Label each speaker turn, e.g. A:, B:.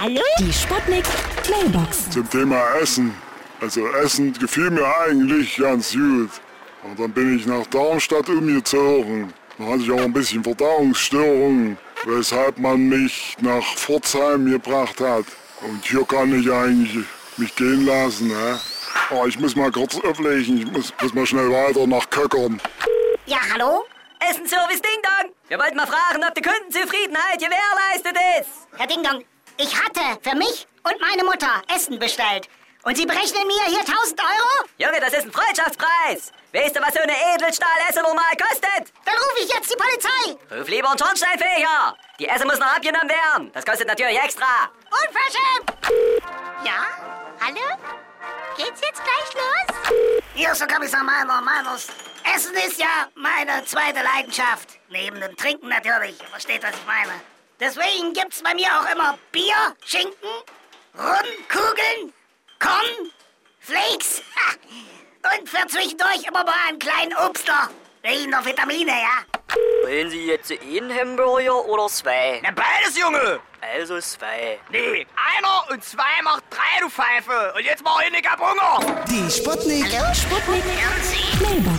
A: Hallo?
B: Die Sputnik Mailbox.
C: Zum Thema Essen. Also Essen gefiel mir eigentlich ganz gut. Und dann bin ich nach Darmstadt um umgezogen. Dann hatte ich auch ein bisschen Verdauungsstörungen, weshalb man mich nach Pforzheim gebracht hat. Und hier kann ich eigentlich mich gehen lassen. Ne? Aber ich muss mal kurz auflegen, ich muss, muss mal schnell weiter nach Köckern.
A: Ja, hallo?
D: Essenservice Ding Dong. Wir wollten mal fragen, ob die Kundenzufriedenheit gewährleistet ist.
A: Herr Dingdong, ich hatte für mich und meine Mutter Essen bestellt. Und Sie berechnen mir hier 1000 Euro?
D: Junge, das ist ein Freundschaftspreis. Weißt du, was so eine Edelstahlesse normal kostet?
A: Dann rufe ich jetzt die Polizei.
D: Ruf lieber einen Schornsteinfeger. Die Esse muss noch abgenommen werden. Das kostet natürlich extra.
A: Unverschämt! Ja? Hallo? Geht's jetzt gleich los? Hier ist der Kommissar Meiner. Meiners. oh Essen ist ja meine zweite Leidenschaft. Neben dem Trinken natürlich. Ihr versteht, was ich meine. Deswegen gibt's bei mir auch immer Bier, Schinken, Rumkugeln, Korn, Flakes und für zwischendurch immer mal einen kleinen Obstler. Wegen der Vitamine, ja?
E: Wollen Sie jetzt einen Hamburger oder zwei?
F: Na beides, Junge!
E: Also zwei.
F: Nee, einer und zwei macht drei, du Pfeife! Und jetzt mach ich nicht ab Hunger!
G: Die Sputnik.
B: Sputnik Mailbox.